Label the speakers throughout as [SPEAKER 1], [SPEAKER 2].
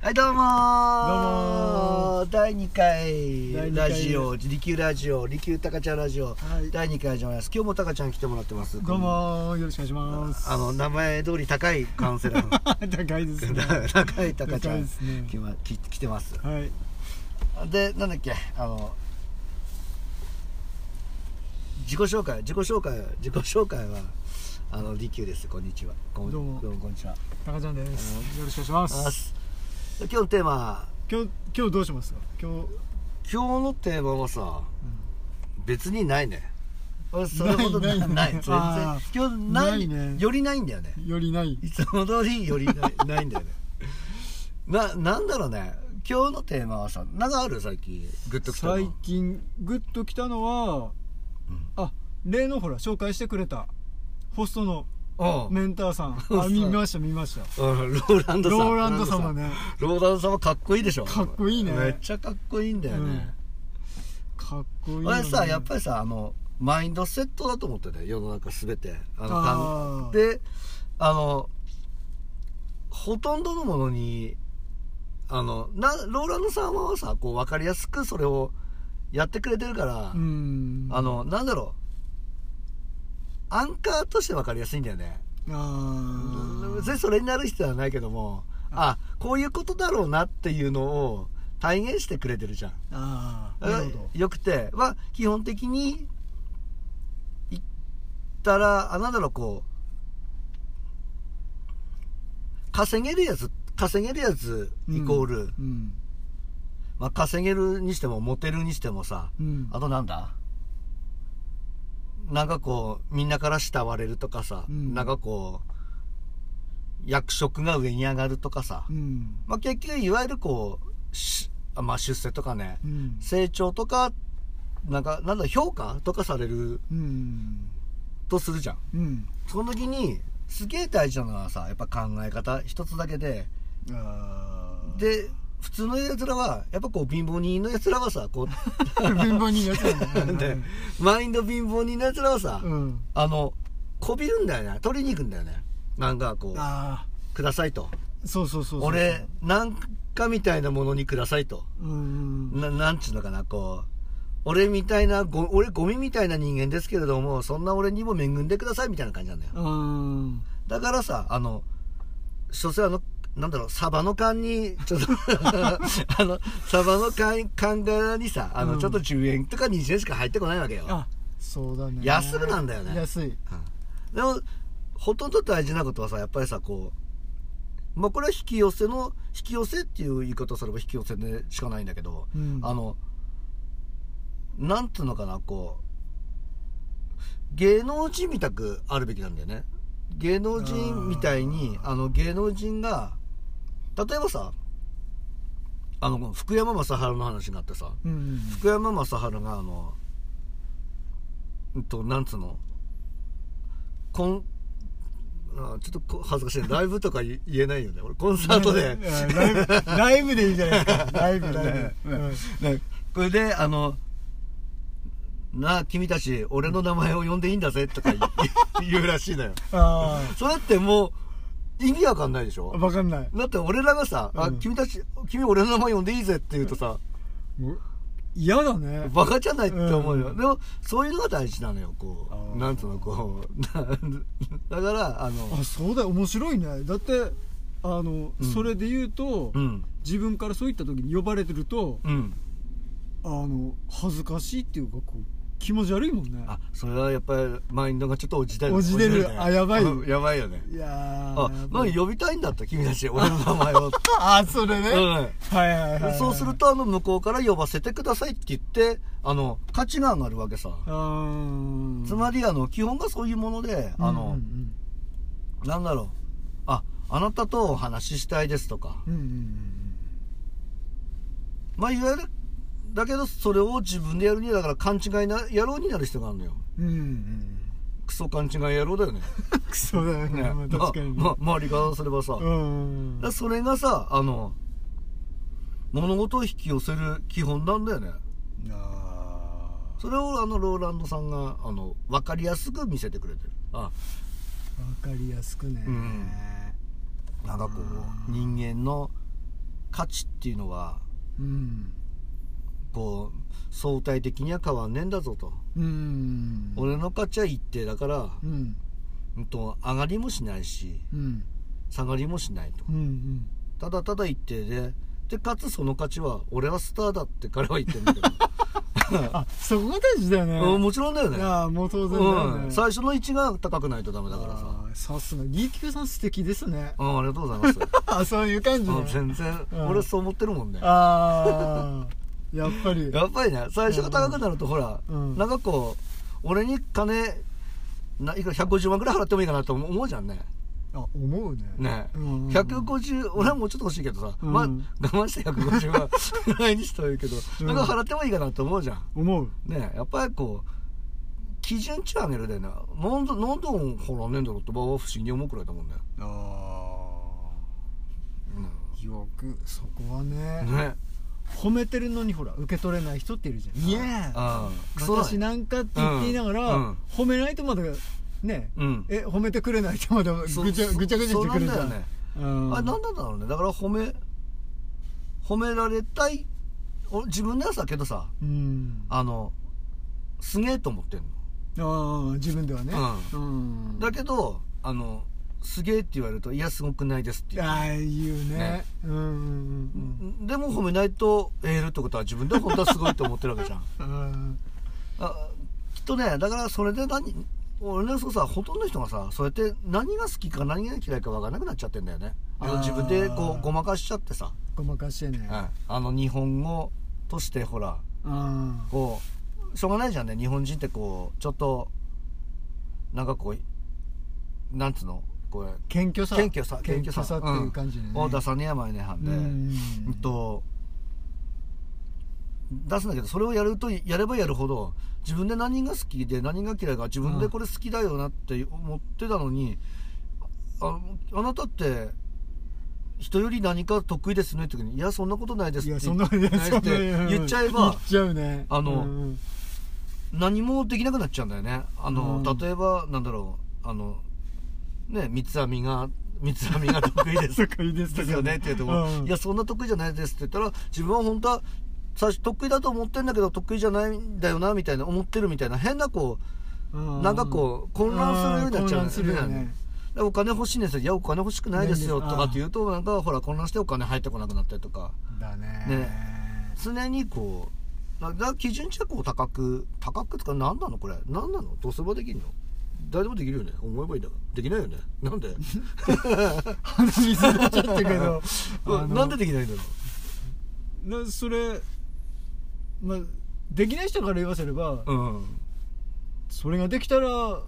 [SPEAKER 1] はいどうも
[SPEAKER 2] ど
[SPEAKER 1] ー第2回
[SPEAKER 2] 第二
[SPEAKER 1] ラ
[SPEAKER 2] 回
[SPEAKER 1] ジオ利休ラジオ利休たかちゃんラジオ、
[SPEAKER 2] はい
[SPEAKER 1] 第2回始まります今日もたかちゃん来てもらってます
[SPEAKER 2] どうもよろしくお願いします。
[SPEAKER 1] あの名前通り高いカウンセラーの
[SPEAKER 2] 高 いですね。
[SPEAKER 1] 高いたかちゃ
[SPEAKER 2] 高い
[SPEAKER 1] ん
[SPEAKER 2] ですね
[SPEAKER 1] 来ま来来てます
[SPEAKER 2] はい。
[SPEAKER 1] でなんだっけあの自己紹介自己紹介自己紹介はあの利休ですこんにちはこん
[SPEAKER 2] どうも
[SPEAKER 1] どうもこんにちは
[SPEAKER 2] 高ちゃんです。よろしくお願いし
[SPEAKER 1] あ
[SPEAKER 2] ます。
[SPEAKER 1] すで今日のテーマ
[SPEAKER 2] 今日今日どうしますか。今
[SPEAKER 1] 今日のテーマはさ別にないね俺それほどな
[SPEAKER 2] ないいない
[SPEAKER 1] ない全然
[SPEAKER 2] あ
[SPEAKER 1] 今日ない
[SPEAKER 2] ないね
[SPEAKER 1] よりないんだよね
[SPEAKER 2] 日よりない
[SPEAKER 1] いつも通りよりないないんだよね ななんだろうね今日のテーマはさ何かある最近グッときたの
[SPEAKER 2] 最近グッときたのは、
[SPEAKER 1] うん
[SPEAKER 2] あ例のほら紹介してくれたホストの
[SPEAKER 1] うん
[SPEAKER 2] メンターさん。
[SPEAKER 1] ホ
[SPEAKER 2] あ
[SPEAKER 1] スト
[SPEAKER 2] 見ました見ました。
[SPEAKER 1] うんローランドさん
[SPEAKER 2] ローランド様ね。
[SPEAKER 1] ローランド様かっこいいでしょ
[SPEAKER 2] かっこいいね
[SPEAKER 1] めっちゃかっこいいんだよね、
[SPEAKER 2] かっこいいよね。
[SPEAKER 1] 俺さやっぱりさあのマインドセットだと思ってね世の中全てあの
[SPEAKER 2] あー
[SPEAKER 1] であのほとんどのものにあのなローランドさんはさこう分かりやすくそれをやってくれてるから、
[SPEAKER 2] うん。
[SPEAKER 1] あのなんだろうアンカーとして分かりやすいんだよね
[SPEAKER 2] あ
[SPEAKER 1] 別にそれになる必要はないけどもあこういうことだろうなっていうのを体現してくれてるじゃん
[SPEAKER 2] あ。ああ。なるほど。
[SPEAKER 1] よくては基本的に行ったらあなんだろうこう稼げるやつ稼げるやつイコール、
[SPEAKER 2] うん。
[SPEAKER 1] まあ、稼げるにしてもモテるにしてもさ
[SPEAKER 2] うん。
[SPEAKER 1] あとなんだなんかこうみんなから慕われるとかさ、
[SPEAKER 2] うん
[SPEAKER 1] なんかこう役職が上に上がるとかさ、
[SPEAKER 2] うん。
[SPEAKER 1] まあ、結局いわゆるこうしあまあ、出世とかね、
[SPEAKER 2] うん。
[SPEAKER 1] 成長とかなんかなんだ評価とかされる
[SPEAKER 2] うん。
[SPEAKER 1] とするじゃん
[SPEAKER 2] うん。
[SPEAKER 1] その時にすげえ大事なのはさやっぱ考え方一つだけで
[SPEAKER 2] あー
[SPEAKER 1] で普通のやつらはやっぱこう貧乏人のやつらはさ こ
[SPEAKER 2] 貧乏人のやつなんだ
[SPEAKER 1] うで
[SPEAKER 2] ね
[SPEAKER 1] マインド貧乏人のやつらはさ、
[SPEAKER 2] うん
[SPEAKER 1] あのこびるんだよね取りに行くんだよねなんかこう
[SPEAKER 2] あ
[SPEAKER 1] くださいと
[SPEAKER 2] あそうそうそうそう
[SPEAKER 1] 俺なんかみたいなものにくださいと
[SPEAKER 2] うん
[SPEAKER 1] ななんちゅうのかなこう俺みたいなご俺ゴミみたいな人間ですけれどもそんな俺にも恵んでくださいみたいな感じなんだよ
[SPEAKER 2] うん
[SPEAKER 1] だからさあの所詮あのなんだろうサバの缶にちょっと あのサバの缶缶柄にさあの、
[SPEAKER 2] うん
[SPEAKER 1] ちょっと10円とか20円しか入ってこないわけよ、
[SPEAKER 2] あそうだね
[SPEAKER 1] 安くなんだよね
[SPEAKER 2] 安い
[SPEAKER 1] うんでもほとんど大事なことはさやっぱりさこうまあこれは引き寄せの引き寄せっていう言い方すれば引き寄せでしかないんだけど、
[SPEAKER 2] うん
[SPEAKER 1] あのなんていうのかなこう芸能人みたくあるべきなんだよね芸能人みたいにあの芸能人が例えばさあの福山雅治の話になってさ
[SPEAKER 2] うん
[SPEAKER 1] 福山雅治があのうんとなんつうのこんあちょっとこ恥ずかしいねライブとか言言えないよね俺コンサートで
[SPEAKER 2] うんライブライブでいいじゃないですかライブライ
[SPEAKER 1] ね
[SPEAKER 2] ブうん
[SPEAKER 1] ねこれであの「なあ君たち俺の名前を呼んでいいんだぜ」とか言言うら しいのよ
[SPEAKER 2] あ
[SPEAKER 1] それってもう意味わかんないでし
[SPEAKER 2] あ
[SPEAKER 1] ょ
[SPEAKER 2] わかんない
[SPEAKER 1] だって俺らがさ「あ
[SPEAKER 2] うん
[SPEAKER 1] 君たち君俺の名前呼んでいいぜ」って言うとさ
[SPEAKER 2] もう嫌だね
[SPEAKER 1] バカじゃないって思うよ、
[SPEAKER 2] うん
[SPEAKER 1] でもそういうのが大事なのよこ
[SPEAKER 2] あ
[SPEAKER 1] う
[SPEAKER 2] ー
[SPEAKER 1] なんつうのこう だからあの
[SPEAKER 2] あそうだよ面白いねだってあの
[SPEAKER 1] うん
[SPEAKER 2] それで言うと
[SPEAKER 1] うん
[SPEAKER 2] 自分からそういった時に呼ばれてると
[SPEAKER 1] うん
[SPEAKER 2] あの恥ずかしいっていうかこう気持ち悪いもんね
[SPEAKER 1] あそれはやっぱりマインドがちょっと落ちてる
[SPEAKER 2] 落ちてる
[SPEAKER 1] 落ね
[SPEAKER 2] あやばい
[SPEAKER 1] うんやばいよね
[SPEAKER 2] いやー
[SPEAKER 1] あ
[SPEAKER 2] やっぱ
[SPEAKER 1] なん
[SPEAKER 2] り
[SPEAKER 1] か呼びたいんだった君たち俺の名前 を
[SPEAKER 2] あそれね、はい
[SPEAKER 1] うん
[SPEAKER 2] はいはい、はい、
[SPEAKER 1] そうするとあの向こうから呼ばせてくださいって言ってあの価値が上がるわけさ、
[SPEAKER 2] うーん
[SPEAKER 1] つまりあの基本がそういうものであの、なんだろうああなたとお話ししたいですとか
[SPEAKER 2] うんうんうん
[SPEAKER 1] まあいわゆるだけどそれを自分でやるにはだから勘違いな野郎になる人があるのよ
[SPEAKER 2] うんうんうん
[SPEAKER 1] クソ勘違い野郎だよね
[SPEAKER 2] クソだ よね
[SPEAKER 1] ね
[SPEAKER 2] まあ確かにね、
[SPEAKER 1] まま周りからすればさ、だか
[SPEAKER 2] うん
[SPEAKER 1] らそれがさあの物事を引き寄せる基本なんだよね
[SPEAKER 2] あー
[SPEAKER 1] それをあのローランドさんがあの分かりやすく見せてくれてるあ
[SPEAKER 2] わかりやすくね、
[SPEAKER 1] うんなんかこう人間の価値っていうのは
[SPEAKER 2] うん
[SPEAKER 1] こう相対的には変わんねえんだぞと、
[SPEAKER 2] うん
[SPEAKER 1] 俺の価値は一定だから、
[SPEAKER 2] うん
[SPEAKER 1] うん、と上がりもしないし
[SPEAKER 2] うん
[SPEAKER 1] 下がりもしないと
[SPEAKER 2] うんうん
[SPEAKER 1] ただただ一定ででかつその価値は俺はスターだって彼は言ってるんだけ
[SPEAKER 2] あそこが大事だよ ね
[SPEAKER 1] ど、うん、もちろんだよね
[SPEAKER 2] いやもう当然だよ
[SPEAKER 1] う
[SPEAKER 2] ね
[SPEAKER 1] ん、最初の位置が高くないとダメだからさ
[SPEAKER 2] あーさすが DQ さん素敵ですね
[SPEAKER 1] あありがとうございます
[SPEAKER 2] あ そういう感じ
[SPEAKER 1] うん
[SPEAKER 2] ね
[SPEAKER 1] 全然
[SPEAKER 2] うん
[SPEAKER 1] 俺そう思ってるもんね
[SPEAKER 2] ああやっぱり
[SPEAKER 1] やっぱりね最初が高くなるとほら、
[SPEAKER 2] うん
[SPEAKER 1] なんかこう俺に金ないくら150万ぐらい払ってもいいかなと思う思うじゃんね
[SPEAKER 2] あ思うね
[SPEAKER 1] ね、
[SPEAKER 2] うんうんうん
[SPEAKER 1] 150俺はもうちょっと欲しいけどさ、
[SPEAKER 2] うん
[SPEAKER 1] まあ我慢して150万ぐらいにしてはいいけど、
[SPEAKER 2] うん
[SPEAKER 1] なんか払ってもいいかなと思うじゃん
[SPEAKER 2] 思う
[SPEAKER 1] ねやっぱりこう基準値を上げるでねなんでなんでほらねえんだろうって僕は不思議に思うくらいだもんね、
[SPEAKER 2] ああよくそこは
[SPEAKER 1] う
[SPEAKER 2] ね
[SPEAKER 1] ん、ね
[SPEAKER 2] 褒めてるのにほら受け取れない人っているじゃんいや
[SPEAKER 1] ああクソだね
[SPEAKER 2] 私なんかって言っていながら、
[SPEAKER 1] うんうん
[SPEAKER 2] 褒めないとまだね
[SPEAKER 1] うん
[SPEAKER 2] え褒めてくれないとまだぐち
[SPEAKER 1] そ
[SPEAKER 2] ゃぐちゃぐちゃぐちゃしてくるじ
[SPEAKER 1] そうな
[SPEAKER 2] ゃ
[SPEAKER 1] ん
[SPEAKER 2] ん
[SPEAKER 1] だよね、
[SPEAKER 2] うん
[SPEAKER 1] あれ何なんだろうねだから褒め褒められたい俺自分のやつだけどさ
[SPEAKER 2] うんあ
[SPEAKER 1] あのすげえと思ってんの
[SPEAKER 2] あ自分ではねうん
[SPEAKER 1] だけどあのすげえって言われるといやすごくないですっていう
[SPEAKER 2] ああいうね
[SPEAKER 1] ね
[SPEAKER 2] うんうん
[SPEAKER 1] でも褒めないとええるってことは自分で本当はすごいと思ってるわけじゃん
[SPEAKER 2] うんうん
[SPEAKER 1] あきっとねだからそれで何俺のそうさほとんどの人がさそうやって何が好きか何が嫌いか分からなくなっちゃってんだよねあの
[SPEAKER 2] あー
[SPEAKER 1] 自分でこうごまかしちゃってさ、
[SPEAKER 2] ごまかしてね
[SPEAKER 1] うんあの日本語としてほら
[SPEAKER 2] うん
[SPEAKER 1] こうしょうがないじゃんね日本人ってこうちょっとなんかこうなんつうのこれ
[SPEAKER 2] 謙虚さ
[SPEAKER 1] 謙虚さ
[SPEAKER 2] 謙虚さっていう感じね
[SPEAKER 1] んを出さねやまいねはんで、
[SPEAKER 2] う
[SPEAKER 1] うん
[SPEAKER 2] ん
[SPEAKER 1] と出すんだけどそれをやるとやればやるほど自分で何が好きで何が嫌いか自分でこれ好きだよなって思ってたのに、ああなたって人より何か得意ですねって時に「いやそんなことないです」
[SPEAKER 2] い
[SPEAKER 1] っ
[SPEAKER 2] や
[SPEAKER 1] て
[SPEAKER 2] そんな
[SPEAKER 1] 言
[SPEAKER 2] い
[SPEAKER 1] って
[SPEAKER 2] やそんな
[SPEAKER 1] 言っちゃえ
[SPEAKER 2] 言
[SPEAKER 1] ば
[SPEAKER 2] っちゃうね
[SPEAKER 1] あの
[SPEAKER 2] うんうん
[SPEAKER 1] 何もできなくなっちゃうんだよねあの、
[SPEAKER 2] うん
[SPEAKER 1] 例えばなんだろうあのね三つ編みが三つ編みが得意 です
[SPEAKER 2] そっかいいです
[SPEAKER 1] ですよねって言うとも、
[SPEAKER 2] ん
[SPEAKER 1] いやそんな得意じゃないですって言ったら自分は本当は最初得意だと思ってんだけど得意じゃないんだよなみたいな思ってるみたいな変なこうなんかこう混乱するようになっちゃうんだよね
[SPEAKER 2] 混乱するよね
[SPEAKER 1] でお金欲しいんですよいやお金欲しくないですよ
[SPEAKER 2] ないん
[SPEAKER 1] と
[SPEAKER 2] で
[SPEAKER 1] か
[SPEAKER 2] す
[SPEAKER 1] って言うとなんかほら混乱してお金入ってこなくなったりとか
[SPEAKER 2] だね
[SPEAKER 1] ね常にこうだだから基準値はこう高く高くとか何なのこれ何なのどうすればできるの誰でもできるよね思えばいいんだからできないよねなんで
[SPEAKER 2] 鼻水出ちゃったけ ど あの
[SPEAKER 1] なんでできないんだろう
[SPEAKER 2] なそれまあできない人から言わせれば
[SPEAKER 1] うん
[SPEAKER 2] それができたら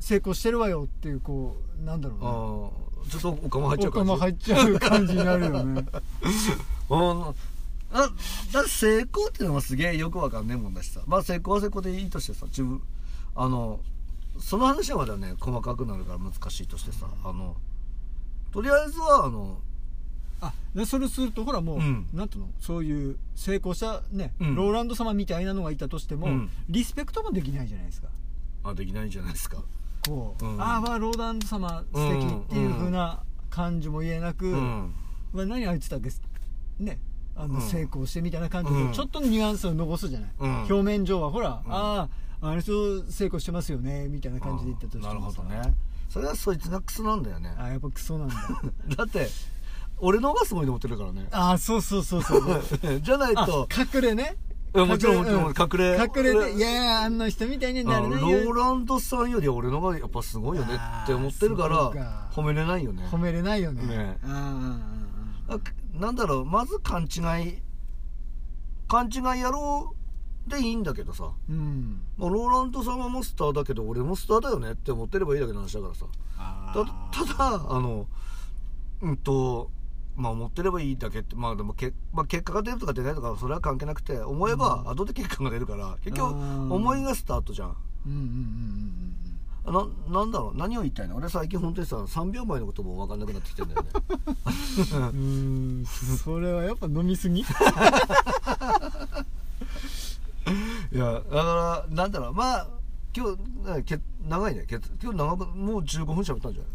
[SPEAKER 2] 成功してるわよっていうこうなんだろうね
[SPEAKER 1] ああちょっとお釜入っちゃう
[SPEAKER 2] お
[SPEAKER 1] か
[SPEAKER 2] 釜
[SPEAKER 1] ら
[SPEAKER 2] 入っちゃう感じになる よね
[SPEAKER 1] ああだだって成功っていうのはすげえよくわかんねえもんだしさまあ成功は成功でいいとしてさ自分あのその話はまだね細かくなるから難しいとしてさあのとりあえずはあの
[SPEAKER 2] あでそれするとほらもう、
[SPEAKER 1] うん
[SPEAKER 2] なんていうのそういう成功したね、
[SPEAKER 1] うん
[SPEAKER 2] ローランド様みたいなのがいたとしても、
[SPEAKER 1] うん
[SPEAKER 2] リスペクトもできないじゃないですか
[SPEAKER 1] あできないんじゃないですか
[SPEAKER 2] こう、
[SPEAKER 1] うん
[SPEAKER 2] ああまあローランド様素敵っていう風な感じも言えなく、
[SPEAKER 1] うん
[SPEAKER 2] まあ、何あいつだけねあの
[SPEAKER 1] うん
[SPEAKER 2] 成功してみたいな感じ
[SPEAKER 1] うん
[SPEAKER 2] でちょっとニュアンスを残すじゃない、
[SPEAKER 1] うん
[SPEAKER 2] 表面上はほら、
[SPEAKER 1] うん
[SPEAKER 2] あああの人成功してますよねみたいな感じで言ったとして
[SPEAKER 1] なる
[SPEAKER 2] も
[SPEAKER 1] ほ
[SPEAKER 2] さ
[SPEAKER 1] どねそれはそいつがクソなんだよね
[SPEAKER 2] ああやっぱクソなんだ
[SPEAKER 1] だって俺の方がすごいと思ってるからね
[SPEAKER 2] ああそうそうそうそう
[SPEAKER 1] じゃない
[SPEAKER 2] あ
[SPEAKER 1] と
[SPEAKER 2] 隠れね
[SPEAKER 1] うんもちろんもちろん
[SPEAKER 2] う
[SPEAKER 1] 隠れ
[SPEAKER 2] 隠れていやいやあんな人みたいにはなれ
[SPEAKER 1] うん
[SPEAKER 2] な
[SPEAKER 1] ロ
[SPEAKER 2] い
[SPEAKER 1] ー
[SPEAKER 2] よ
[SPEAKER 1] ランドさんより俺の方がやっぱすごいよねって思ってるか
[SPEAKER 2] あーそう
[SPEAKER 1] ら
[SPEAKER 2] か
[SPEAKER 1] 褒めれないよね
[SPEAKER 2] 褒めれないよね
[SPEAKER 1] ね
[SPEAKER 2] あああああ
[SPEAKER 1] あなんだろうまず勘違い勘違いやろうでいいんだけどさ
[SPEAKER 2] あうん
[SPEAKER 1] まあローランドさんはもうスターだけど俺もスターだよねって思ってればいいだけの話だからさ
[SPEAKER 2] あ
[SPEAKER 1] たただあのうんとまあ思ってればいいだけってまあでもけ、まあ、結果が出るとか出ないとかそれは関係なくて思えば後で結果が出るから結局
[SPEAKER 2] うん
[SPEAKER 1] 思いがスタートじゃん
[SPEAKER 2] うんうんうん
[SPEAKER 1] ななんだろう何を言いたいの俺最近本当にさ3秒前のことも分かんなくなってきてんだよね
[SPEAKER 2] うんうんうんうーんそれはやっぱ飲みすぎ
[SPEAKER 1] いやだからなんだろうまあ今日なけ長いねけ今日長くもう15分喋ったんじゃな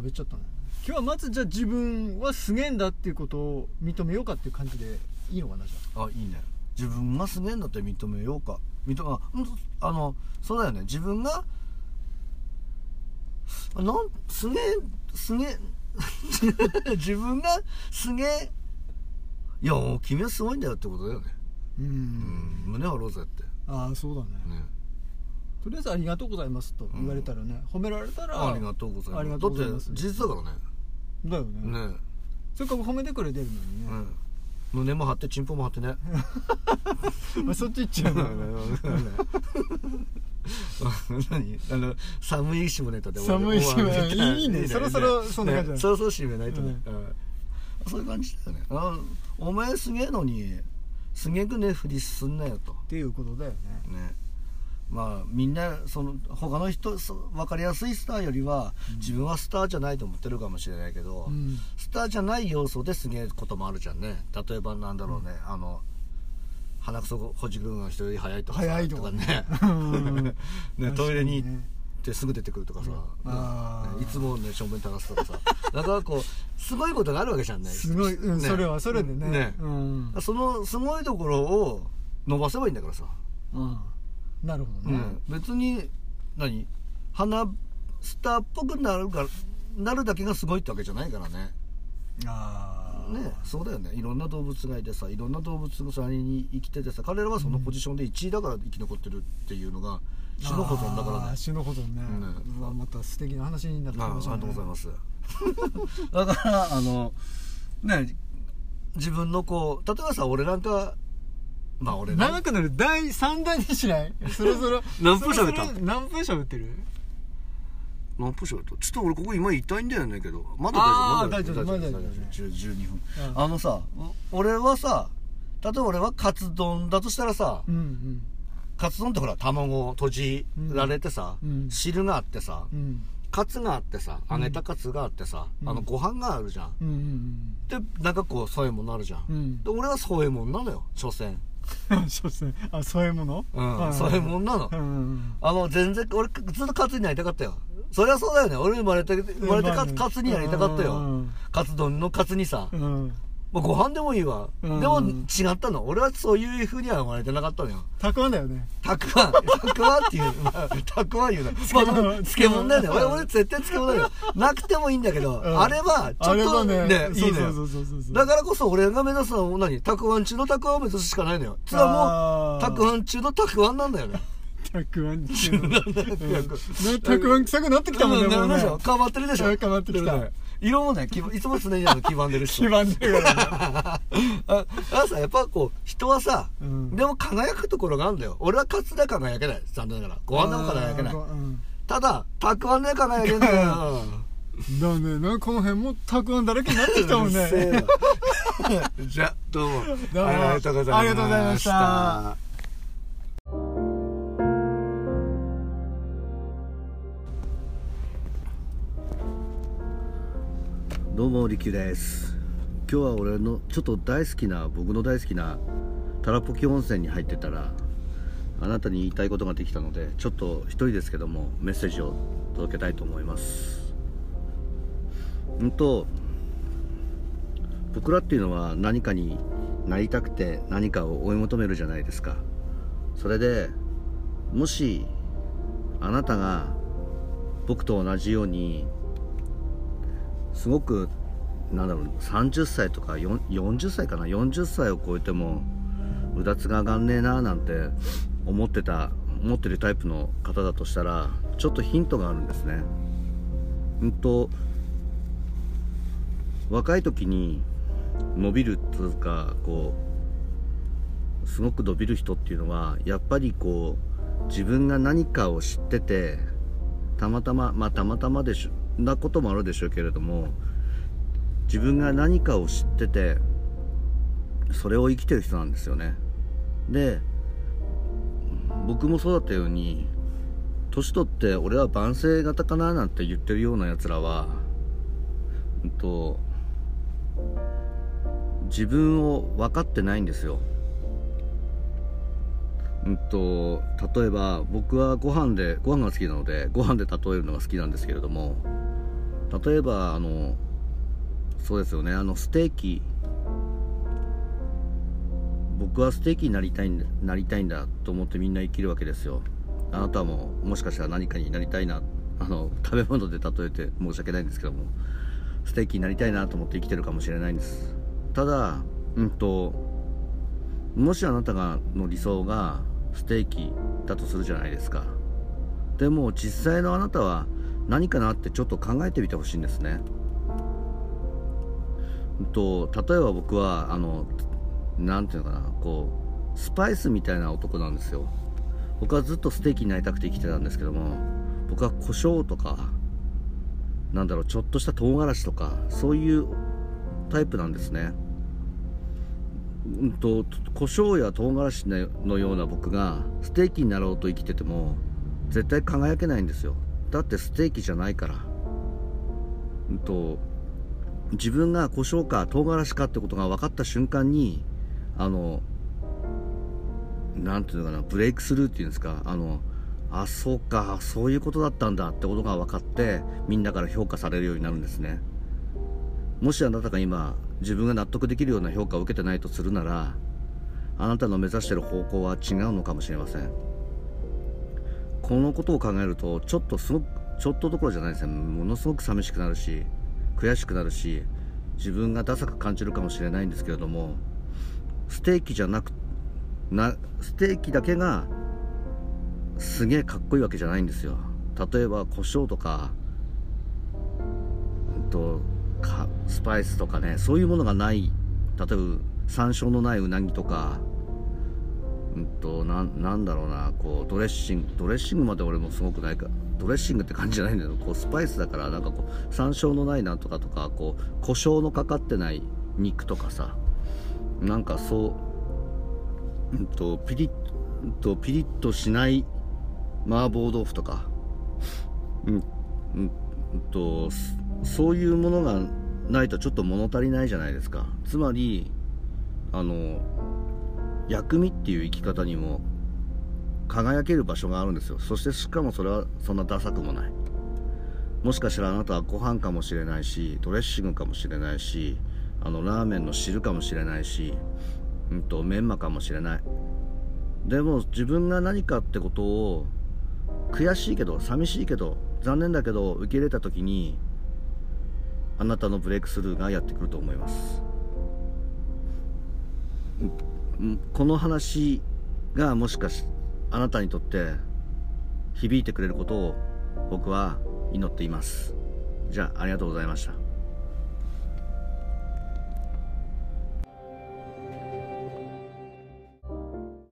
[SPEAKER 1] い
[SPEAKER 2] 喋っちゃったね今日はまずじゃあ自分はすげえんだっていうことを認めようかっていう感じでいいのかなじゃ
[SPEAKER 1] あいいね自分がすげえんだって認めようか認めあうんあのそうだよね自分があなんすげえすげえ 自分がすげえいやもう君はすごいんだよってことだよね、
[SPEAKER 2] う
[SPEAKER 1] うんん、胸を張ろうぜって
[SPEAKER 2] ああそうだね
[SPEAKER 1] ね
[SPEAKER 2] とりあえず「ありがとうございます」と言われたらね、褒められたら
[SPEAKER 1] ありがとうございます
[SPEAKER 2] ありがとうございます
[SPEAKER 1] だって事実だから
[SPEAKER 2] だよね
[SPEAKER 1] ねね
[SPEAKER 2] それから褒めてくれてるのに
[SPEAKER 1] う
[SPEAKER 2] ね、
[SPEAKER 1] ん胸も張ってチンポも張ってね
[SPEAKER 2] まあ、そっち行っちゃうのよね
[SPEAKER 1] 何あの寒い下ネタで
[SPEAKER 2] 寒い下ネタ
[SPEAKER 1] 終わる
[SPEAKER 2] いいねそろそろそんな感じだね
[SPEAKER 1] ねそろそろ締めないとね、
[SPEAKER 2] う
[SPEAKER 1] うんそういう感じだよねあお前すげえのにすげくねふりすんなよと
[SPEAKER 2] っていうことだよね
[SPEAKER 1] ねまあみんなその他の人そ分かりやすいスターよりは、自分はスターじゃないと思ってるかもしれないけど、
[SPEAKER 2] うん
[SPEAKER 1] スターじゃない要素ですげえこともあるじゃんね例えばなんだろうね、あの鼻くそほじくるのが人より早いとかさ
[SPEAKER 2] 早いとか
[SPEAKER 1] ね
[SPEAKER 2] うん
[SPEAKER 1] ねトイレに行
[SPEAKER 2] 確か
[SPEAKER 1] っ
[SPEAKER 2] ね
[SPEAKER 1] てすぐ出てくるとかさ、
[SPEAKER 2] あー
[SPEAKER 1] ねいつもね正面垂らすとかさ なんかこうすごいことがあるわけじゃんね
[SPEAKER 2] すごい、うん
[SPEAKER 1] ね
[SPEAKER 2] それはそれでね
[SPEAKER 1] ね
[SPEAKER 2] うん、
[SPEAKER 1] そのすごいところを伸ばせばいいんだからさ、
[SPEAKER 2] うんなるほど
[SPEAKER 1] う
[SPEAKER 2] ね、
[SPEAKER 1] ん、別に何鼻スターっぽくなるからなるだけがすごいってわけじゃないからね
[SPEAKER 2] ああ
[SPEAKER 1] ねそうだよねいろんな動物がいてさいろんな動物がそれに生きててさ彼らはそのポジションで1位だから生き残ってるっていうのが種の保存だから
[SPEAKER 2] あー
[SPEAKER 1] ね
[SPEAKER 2] 種の保存ね
[SPEAKER 1] ね
[SPEAKER 2] うわまた素敵な話になってき
[SPEAKER 1] ああ
[SPEAKER 2] ま
[SPEAKER 1] り
[SPEAKER 2] したね
[SPEAKER 1] がとうございます だからあのね自分のこう例えばさ俺なんかまあ俺なん
[SPEAKER 2] 長くなる第3弾にしないそろそろ
[SPEAKER 1] 何分喋った
[SPEAKER 2] そろそろ何分喋ってる
[SPEAKER 1] 何分しようとちょっと俺ここ今痛いんだよねけどまだ
[SPEAKER 2] あー
[SPEAKER 1] 大丈夫
[SPEAKER 2] 大丈夫
[SPEAKER 1] 大丈夫
[SPEAKER 2] まだ大丈夫
[SPEAKER 1] 10 12分、
[SPEAKER 2] うん
[SPEAKER 1] あのさお俺はさ例えば俺はカツ丼だとしたらさ、
[SPEAKER 2] うん
[SPEAKER 1] カツ丼ってほら卵を閉じられてさ、
[SPEAKER 2] うんうん
[SPEAKER 1] 汁があってさ、
[SPEAKER 2] うんうん
[SPEAKER 1] カツがあってさ揚げたカツがあってさ、
[SPEAKER 2] うん
[SPEAKER 1] あのご飯があるじゃん、
[SPEAKER 2] うんうん
[SPEAKER 1] でなんかこうそういうものあるじゃん、
[SPEAKER 2] うん
[SPEAKER 1] で俺はそういうもんなのよ所詮
[SPEAKER 2] うんそうですねあそういうもの
[SPEAKER 1] うん、そういうもんなの、
[SPEAKER 2] うんうん
[SPEAKER 1] あの全然俺ずっとカツになりたかったよそりゃそうだよね俺生まれて生まれてカツカツになりたかったよ、
[SPEAKER 2] うん
[SPEAKER 1] カツ丼のカツにさ、
[SPEAKER 2] うんうん
[SPEAKER 1] まあご飯でもいいわ、
[SPEAKER 2] うん
[SPEAKER 1] でも違ったの俺はそういうふうには生まれてなかったのよ
[SPEAKER 2] たくあんだよね
[SPEAKER 1] たくあんたくあんっていう、 まあ、たくあん言うな、まあ、でも漬物だよね俺俺絶対漬物だよなくてもいいんだけど、
[SPEAKER 2] うん
[SPEAKER 1] あれはち
[SPEAKER 2] あれ
[SPEAKER 1] ょっ
[SPEAKER 2] は
[SPEAKER 1] と
[SPEAKER 2] ね
[SPEAKER 1] ねい
[SPEAKER 2] そ
[SPEAKER 1] いうの
[SPEAKER 2] そうそ
[SPEAKER 1] よ
[SPEAKER 2] うそうそうそう
[SPEAKER 1] だからこそ俺が目指すのは何たくあん中のたくあんを目指すしかないのよつまりも
[SPEAKER 2] あー
[SPEAKER 1] うたくあん中のたくあんなんだよね
[SPEAKER 2] たくあんっていうの
[SPEAKER 1] う
[SPEAKER 2] ねたくあん臭くなってきたもんねもう
[SPEAKER 1] なる
[SPEAKER 2] ね
[SPEAKER 1] でしょ変わってるでしょ
[SPEAKER 2] 変わってきた
[SPEAKER 1] ね色もね黄ばいつも常にあの黄ばんでる し
[SPEAKER 2] 基盤だからね
[SPEAKER 1] ああさやっぱこう人はさ、
[SPEAKER 2] うん
[SPEAKER 1] でも輝くところがあるんだよ俺はカツで輝けない残念ながらご飯でも輝けない
[SPEAKER 2] うん
[SPEAKER 1] ただたくあんで輝けない よ
[SPEAKER 2] だねなんかこの辺もたくあんだらけになってきたも
[SPEAKER 1] う
[SPEAKER 2] ん
[SPEAKER 1] るせえ
[SPEAKER 2] ね
[SPEAKER 1] なじゃあどうも
[SPEAKER 2] どうも
[SPEAKER 1] ありがとうございました
[SPEAKER 2] ありがとうございました
[SPEAKER 1] どうもりきゅうです今日は俺のちょっと大好きな僕の大好きなたらぽき温泉に入ってたらあなたに言いたいことができたのでちょっと一人ですけどもメッセージを届けたいと思いますうんと僕らっていうのは何かになりたくて何かを追い求めるじゃないですかそれでもしあなたが僕と同じようにすごくなんだろう30歳とか4 40歳かな40歳を超えてもうだつが上がんねえななんて思ってた思ってるタイプの方だとしたらちょっとヒントがあるんですねうんと若い時に伸びるっていうかこうすごく伸びる人っていうのはやっぱりこう自分が何かを知っててたまたままあたまたまでしょなこともあるでしょうけれども自分が何かを知っててそれを生きてる人なんですよねで僕もそうだったように年取って俺は万世型かななんて言ってるようなやつらは、うんと、自分を分かってないんですようんと例えば僕はご飯でご飯が好きなのでご飯で例えるのが好きなんですけれども例えばあの
[SPEAKER 3] そうですよねあのステーキ僕はステーキになりたいんだなりたいんだと思ってみんな生きるわけですよあなたももしかしたら何かになりたいなあの食べ物で例えて申し訳ないんですけどもステーキになりたいなと思って生きてるかもしれないんですただうんともしあなたがの理想がステーキだとするじゃないですかでも実際のあなたは何かなってちょっと考えてみてほしいんですねうんと例えば僕はあのなんていうのかなこうスパイスみたいな男なんですよ僕はずっとステーキになりたくて生きてたんですけども僕は胡椒とかなんだろうちょっとした唐辛子とかそういうタイプなんですねうんと胡椒や唐辛子のような僕がステーキになろうと生きてても絶対輝けないんですよだってステーキじゃないからうんと自分が胡椒か唐辛子かってことが分かった瞬間にあのなんていうのかなブレイクスルーっていうんですかあのあそうかそういうことだったんだってことが分かってみんなから評価されるようになるんですねもしあなたが今自分が納得できるような評価を受けてないとするならあなたの目指してる方向は違うのかもしれませんこのことを考えるとちょっとすごくちょっとどころじゃないですねものすごく寂しくなるし悔しくなるし自分がダサく感じるかもしれないんですけれどもステーキじゃなくなステーキだけがすげえかっこいいわけじゃないんですよ例えば胡椒とか,、うんと、かスパイスとかねそういうものがない例えば山椒のないうなぎとかうんとなんなんだろうなこうドレッシングドレッシングまで俺もすごくないかドレッシングって感じじゃないんだけどこうスパイスだからなんかこう山椒のないなんとかとかこう胡椒のかかってない肉とかさなんかそう、うん、とピリッ、うん、とピリッとしない麻婆豆腐とか、うんうんうんとそそういうものがないとちょっと物足りないじゃないですかつまりあの薬味っていう生き方にも輝ける場所があるんですよそしてしかもそれはそんなダサくもないもしかしたらあなたはご飯かもしれないしドレッシングかもしれないしあのラーメンの汁かもしれないし、うん、とメンマかもしれないでも自分が何かってことを悔しいけど寂しいけど残念だけど受け入れた時にあなたのブレイクスルーがやってくると思いますんんこの話がもしかしあなたにとって響いてくれることを僕は祈っていますじゃあありがとうございました